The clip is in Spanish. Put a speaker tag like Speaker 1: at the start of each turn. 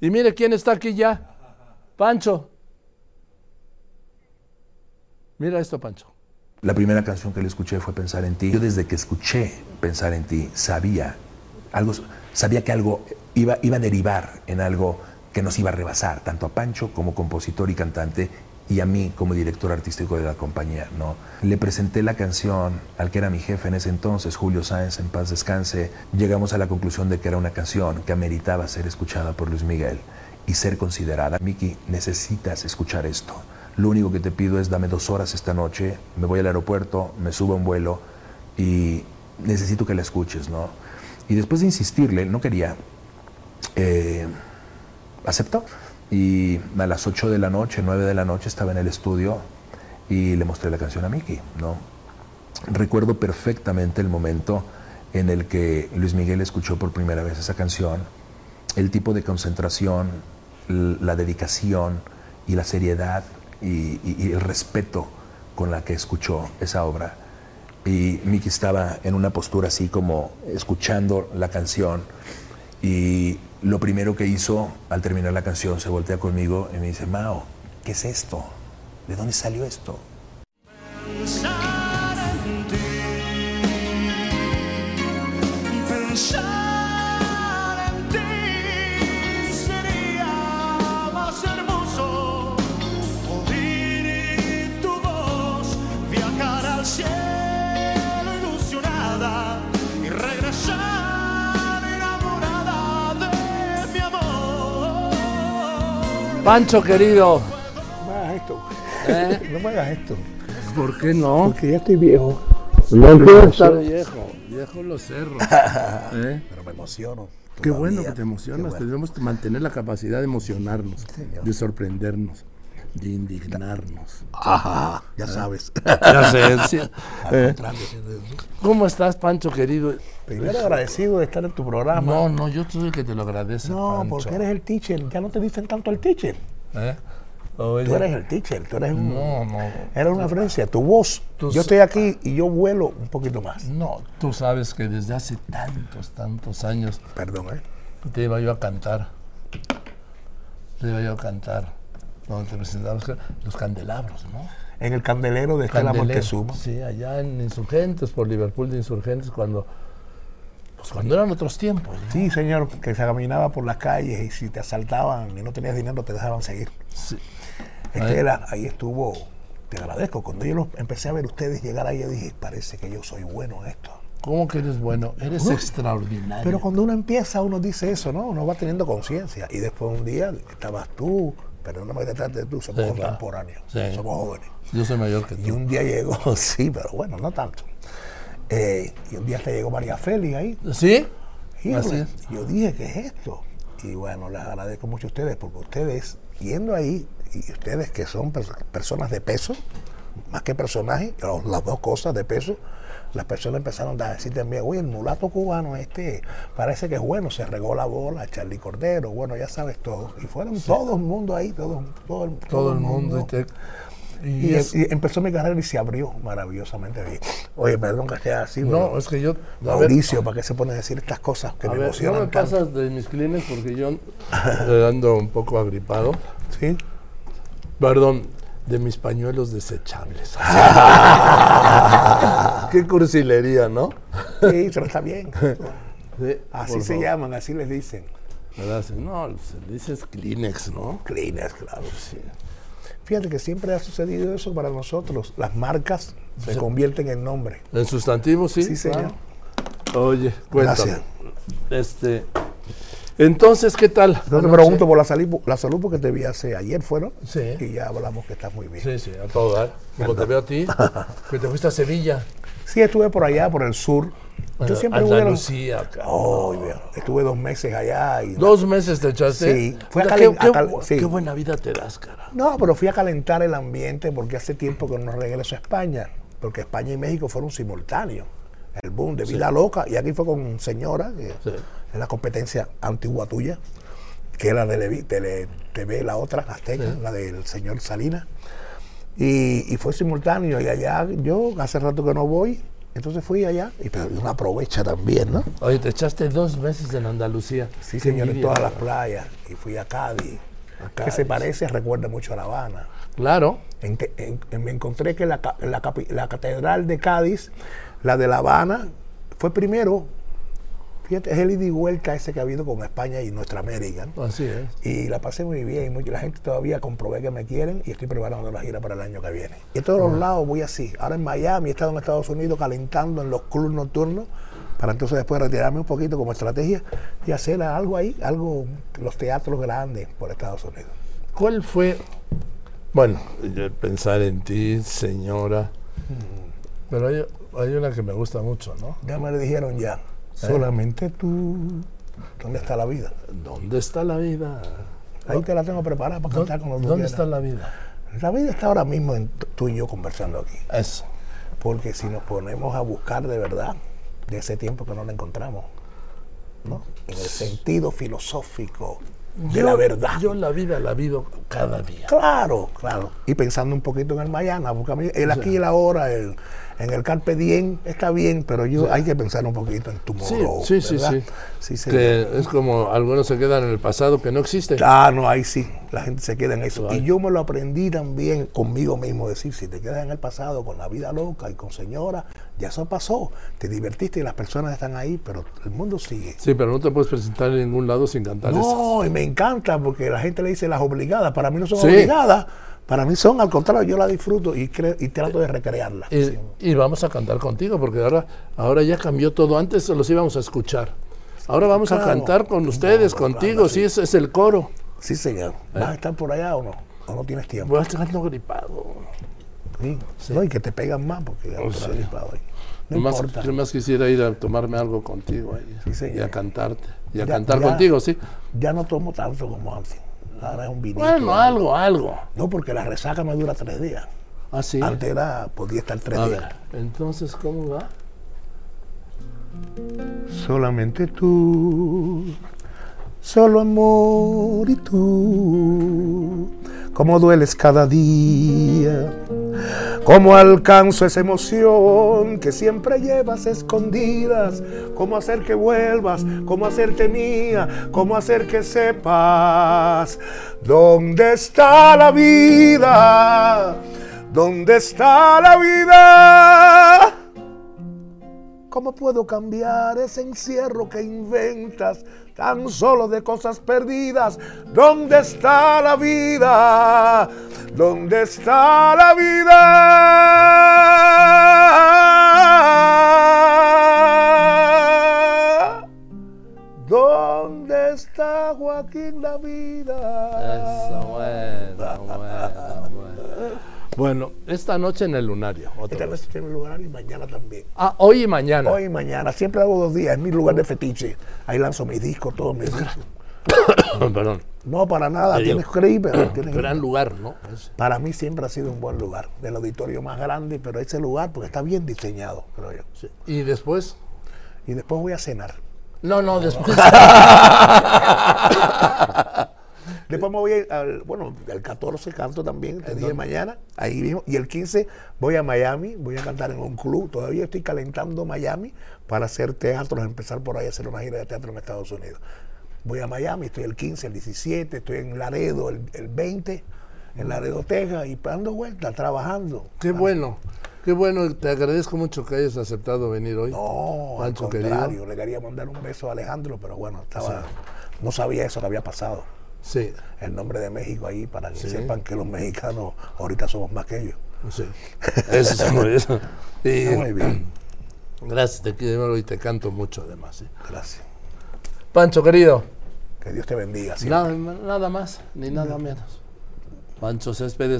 Speaker 1: Y mire quién está aquí ya. Pancho. Mira esto, Pancho.
Speaker 2: La primera canción que le escuché fue Pensar en ti. Yo desde que escuché Pensar en ti sabía algo, sabía que algo iba, iba a derivar en algo que nos iba a rebasar, tanto a Pancho como compositor y cantante y a mí como director artístico de la compañía, ¿no? Le presenté la canción al que era mi jefe en ese entonces, Julio Sáenz, en paz descanse. Llegamos a la conclusión de que era una canción que ameritaba ser escuchada por Luis Miguel y ser considerada. Miki, necesitas escuchar esto. Lo único que te pido es dame dos horas esta noche, me voy al aeropuerto, me subo a un vuelo y necesito que la escuches, ¿no? Y después de insistirle, no quería, eh, aceptó. Y a las 8 de la noche, 9 de la noche, estaba en el estudio y le mostré la canción a Miki, ¿no? Recuerdo perfectamente el momento en el que Luis Miguel escuchó por primera vez esa canción, el tipo de concentración, l- la dedicación y la seriedad y, y- y el respeto con la que escuchó esa obra. Y Miki estaba en una postura así como escuchando la canción y lo primero que hizo al terminar la canción se voltea conmigo y me dice, Mao, ¿qué es esto? ¿De dónde salió esto?
Speaker 3: Pensar en ti, pensar en ti sería más hermoso. Oír tu voz, viajar al cielo ilusionada y regresar enamorada de mi amor.
Speaker 1: Pancho querido.
Speaker 4: No me hagas Ah, esto.
Speaker 1: ¿eh?
Speaker 4: No me hagas esto.
Speaker 1: ¿Por qué no?
Speaker 4: Porque ya estoy viejo.
Speaker 1: Está viejo, viejo los cerros. ¿eh?
Speaker 4: Pero me emociono.
Speaker 1: Qué
Speaker 4: todavía.
Speaker 1: bueno que te
Speaker 4: Qué
Speaker 1: emocionas.
Speaker 4: bueno.
Speaker 1: Tenemos que mantener la capacidad de emocionarnos, de sorprendernos, de indignarnos.
Speaker 4: Ajá, ya sabes.
Speaker 1: Eh. ¿Cómo estás, Pancho querido?
Speaker 4: Primero agradecido de estar en tu programa.
Speaker 1: No, no, yo soy el que te lo agradezco.
Speaker 4: No,
Speaker 1: Pancho.
Speaker 4: porque eres el teacher. Ya no te dicen tanto el teacher.
Speaker 1: ¿Eh? Oye,
Speaker 4: Tú eres el teacher. Tú eres un...
Speaker 1: No, no.
Speaker 4: Era una referencia. Tu voz.
Speaker 1: Tú
Speaker 4: yo
Speaker 1: sa-
Speaker 4: estoy aquí y yo vuelo un poquito más.
Speaker 1: No, tú sabes que desde hace tantos, tantos años
Speaker 4: Perdón, ¿eh?
Speaker 1: te iba yo a cantar. Te iba yo a cantar. Donde te presentabas los candelabros, ¿no?
Speaker 4: En el candelero de Estela
Speaker 1: Candelero.
Speaker 4: Montezuma.
Speaker 1: Sí, allá en Insurgentes, por Liverpool de Insurgentes, cuando, pues cuando eran otros tiempos. ¿no?
Speaker 4: Sí, señor, que se caminaba por las calles y si te asaltaban y no tenías dinero te dejaban seguir.
Speaker 1: Sí. Ah.
Speaker 4: Estela, ahí estuvo, te agradezco. Cuando yo los empecé a ver ustedes llegar ahí, yo dije, parece que yo soy bueno en esto.
Speaker 1: ¿Cómo que eres bueno? Eres extraordinario.
Speaker 4: Pero cuando uno empieza, uno dice eso, ¿no? Uno va teniendo conciencia. Y después un día estabas tú, pero no me trataste de tú, somos
Speaker 1: Sí, claro.
Speaker 4: contemporáneos,
Speaker 1: Sí.
Speaker 4: somos jóvenes.
Speaker 1: Yo soy mayor que
Speaker 4: Y
Speaker 1: tú.
Speaker 4: un día llegó, sí, pero bueno, no tanto. Eh, y un día te llegó María Félix ahí,
Speaker 1: ¿Sí?
Speaker 4: Híjole,
Speaker 1: Así es.
Speaker 4: Yo dije, ¿qué es esto? Y bueno, les agradezco mucho a ustedes, porque ustedes, yendo ahí, y ustedes que son perso- personas de peso, más que personajes, o las dos cosas de peso, las personas empezaron a decir también, uy, el mulato cubano este parece que es bueno, se regó la bola, Charlie Cordero, bueno, ya sabes todo. Y fueron todo el mundo ahí, todo, todo, el-
Speaker 1: Todo el mundo. Y, te- y
Speaker 4: Y,
Speaker 1: es-
Speaker 4: y empezó mi carrera y se abrió maravillosamente bien. Oye, perdón que esté así,
Speaker 1: no,
Speaker 4: pero,
Speaker 1: es que yo... a ver,
Speaker 4: Mauricio, ¿para qué se pone a decir estas cosas que
Speaker 1: A
Speaker 4: me
Speaker 1: ver,
Speaker 4: emocionan
Speaker 1: no me
Speaker 4: tanto?
Speaker 1: pasas de mis clines porque yo estoy ando un poco agripado.
Speaker 4: Sí.
Speaker 1: Perdón, de mis pañuelos desechables. Qué cursilería, ¿no?
Speaker 4: Sí, pero está bien.
Speaker 1: Sí,
Speaker 4: Así
Speaker 1: por
Speaker 4: se
Speaker 1: favor.
Speaker 4: llaman, así les dicen.
Speaker 1: ¿Verdad? Sí, No, se le dices Kleenex, ¿no?
Speaker 4: Cleaners, claro.
Speaker 1: Sí.
Speaker 4: Fíjate que siempre ha sucedido eso para nosotros. Las marcas se convierten en nombre.
Speaker 1: En sustantivo, sí.
Speaker 4: Sí, señor.
Speaker 1: claro. Oye, cuéntame.
Speaker 4: Gracias.
Speaker 1: Este, entonces, ¿qué tal?
Speaker 4: No te
Speaker 1: Anoche-
Speaker 4: pregunto por la, sali- la salud porque te vi hace ayer, fueron.
Speaker 1: Sí.
Speaker 4: Y ya hablamos que estás muy bien. Sí.
Speaker 1: Sí, sí, a todo dar. Como te veo a ti, que te fuiste a Sevilla.
Speaker 4: estuve por allá, por el sur. Yo siempre voy a los...
Speaker 1: Andalucía. cabrón.
Speaker 4: Oh, bien. Estuve dos meses allá y...
Speaker 1: Dos meses te echaste.
Speaker 4: Sí, fue a
Speaker 1: Mira,
Speaker 4: Calen-
Speaker 1: qué,
Speaker 4: a Cal-
Speaker 1: qué-
Speaker 4: sí.
Speaker 1: qué buena vida te das, cara.
Speaker 4: No, pero fui a calentar el ambiente porque hace tiempo que no regreso a España, porque España y México fueron simultáneos. El boom de vida loca, y aquí fue con señora, que
Speaker 1: Sí.
Speaker 4: es la competencia antigua tuya, que era de Levi- Tele- TV, la otra, Azteca, la del señor Salinas. Y, y fue simultáneo, y allá yo hace rato que no voy, Entonces fui allá, y pero una aprovecha también, ¿no?
Speaker 1: Oye, te echaste dos meses en Andalucía.
Speaker 4: Sí,
Speaker 1: Qué
Speaker 4: señor, en
Speaker 1: envidia,
Speaker 4: todas las
Speaker 1: cabrón.
Speaker 4: playas. Y fui a Cádiz, que
Speaker 1: Cádiz.
Speaker 4: se parece, recuerda mucho a La Habana.
Speaker 1: Claro.
Speaker 4: En que- en- en- me encontré que la, ca- la capi- la catedral de Cádiz, la de La Habana, fue primero. Fíjate, es el ida y vuelta ese que ha habido con España y nuestra América. ¿no?
Speaker 1: Así es.
Speaker 4: Y la pasé muy bien. Muy, la gente todavía comprobé que me quieren y estoy preparando la gira para el año que viene. Y en todos los lados voy así. Ahora en Miami, he estado en Estados Unidos calentando en los clubes nocturnos para entonces después retirarme un poquito como estrategia y hacer algo ahí, algo, los teatros grandes por Estados Unidos.
Speaker 1: ¿Cuál fue? Bueno, yo pensar en ti, señora. Pero hay, hay una que me gusta mucho, ¿no?
Speaker 4: Ya me lo dijeron
Speaker 1: Eh.
Speaker 4: ya. Solamente tú. ¿Dónde está la vida?
Speaker 1: ¿Dónde está la vida?
Speaker 4: Ahí te la tengo preparada para
Speaker 1: ¿Dó-
Speaker 4: cantar con los
Speaker 1: ¿Dónde, está la vida?
Speaker 4: La vida está ahora mismo en t- tú y yo conversando aquí.
Speaker 1: Eso.
Speaker 4: Porque si nos ponemos a buscar de verdad, de ese tiempo que no la encontramos, ¿no? En el sentido filosófico de la
Speaker 1: Yo-
Speaker 4: verdad.
Speaker 1: Yo la vida la vivo cada día.
Speaker 4: Claro, claro. Y pensando un poquito en el mañana, porque a mí el aquí y el ahora, el- en el carpe diem está bien, pero yo hay que pensar un poquito en tu morro.
Speaker 1: sí, sí, sí.
Speaker 4: sí, sí.
Speaker 1: Que es como algunos se quedan en el pasado que no existe.
Speaker 4: Ah, no, ahí sí, la gente se queda en eso.
Speaker 1: Claro.
Speaker 4: Y yo me lo aprendí también conmigo mismo, decir, si te quedas en el pasado con la vida loca y con señora, ya eso pasó, te divertiste y las personas están ahí, pero el mundo sigue.
Speaker 1: Sí, pero no te puedes presentar en ningún lado sin cantar eso.
Speaker 4: No, y me encanta porque la gente le dice las obligadas, para mí no son
Speaker 1: Sí.
Speaker 4: obligadas, para mí son, al contrario, yo la disfruto y, cre- y trato de recrearla.
Speaker 1: Y,
Speaker 4: Sí.
Speaker 1: y vamos a cantar contigo, porque ahora, ahora ya cambió todo. Antes los íbamos a escuchar. Ahora vamos a
Speaker 4: Claro.
Speaker 1: cantar con ustedes,
Speaker 4: No,
Speaker 1: contigo.
Speaker 4: claro,
Speaker 1: sí,
Speaker 4: sí.
Speaker 1: ese es el coro.
Speaker 4: Sí, señor.
Speaker 1: eh.
Speaker 4: ¿Vas a estar por allá o no? ¿O no tienes tiempo?
Speaker 1: Voy a estar gripado.
Speaker 4: Sí. No, y que te pegan más porque ya
Speaker 1: Oh,
Speaker 4: te la
Speaker 1: sí.
Speaker 4: has gripado ahí. No
Speaker 1: Nomás-
Speaker 4: importa.
Speaker 1: yo más quisiera ir a tomarme algo contigo ahí,
Speaker 4: Sí,
Speaker 1: y
Speaker 4: señor.
Speaker 1: a cantarte. Y a
Speaker 4: Ya-
Speaker 1: cantar
Speaker 4: ya.
Speaker 1: contigo, sí.
Speaker 4: Ya no tomo tanto como antes. Ahora es un vinito.
Speaker 1: Bueno, algo, algo.
Speaker 4: No, porque la resaca no dura tres días.
Speaker 1: Así.
Speaker 4: Antes era, podía estar tres
Speaker 1: a
Speaker 4: días.
Speaker 1: ver, entonces, ¿cómo va?
Speaker 4: Solamente tú, solo amor y tú, cómo dueles cada día, cómo alcanzo esa emoción que siempre llevas escondidas, cómo hacer que vuelvas, cómo hacerte mía, cómo hacer que sepas dónde está la vida, dónde está la vida. ¿Cómo puedo cambiar ese encierro que inventas tan solo de cosas perdidas? ¿Dónde está la vida? ¿Dónde está la vida? ¿Dónde está Joaquín la vida?
Speaker 1: Eso, bueno, bueno, bueno. Bueno, esta noche en el lunario. otra
Speaker 4: Esta
Speaker 1: vez.
Speaker 4: vez tiene lugar y mañana también.
Speaker 1: Ah, hoy y mañana.
Speaker 4: Hoy y mañana, siempre hago dos días, es mi lugar de fetiche. Ahí lanzo mis discos, todos mis discos.
Speaker 1: Perdón.
Speaker 4: No, para nada,
Speaker 1: Te digo.
Speaker 4: tienes que ir, pero tienes que ir.
Speaker 1: Gran lugar, ¿no? Es-
Speaker 4: Para mí siempre ha sido un buen lugar, del auditorio más grande, pero ese lugar porque está bien diseñado, creo yo.
Speaker 1: Y después.
Speaker 4: Y después voy a cenar.
Speaker 1: No, no, después.
Speaker 4: Después me voy a ir al, bueno, el 14 canto también, te dije mañana, ahí mismo. Y el 15 voy a Miami, voy a cantar en un club. Todavía estoy calentando Miami para hacer teatros, empezar por ahí a hacer una gira de teatro en Estados Unidos. Voy a Miami, estoy el 15, el 17, estoy en Laredo el, el 20, en Laredo, Texas, y dando vueltas, trabajando.
Speaker 1: Qué bueno. Qué bueno. Te agradezco mucho que hayas aceptado venir hoy.
Speaker 4: No, Oh, al
Speaker 1: Pancho,
Speaker 4: contrario,
Speaker 1: querido.
Speaker 4: le quería mandar un beso a Alejandro, pero bueno, estaba, no sabía eso que había pasado.
Speaker 1: Sí,
Speaker 4: El nombre de México ahí, para que sepan que los mexicanos ahorita somos más que ellos.
Speaker 1: sí. Eso es muy bien.
Speaker 4: Está
Speaker 1: Y
Speaker 4: muy bien,
Speaker 1: gracias, te quiero y te canto mucho además. ¿sí?
Speaker 4: gracias.
Speaker 1: Pancho, querido.
Speaker 4: Que Dios te bendiga. siempre.
Speaker 1: Nada, nada más, ni nada menos. Pancho Céspedes.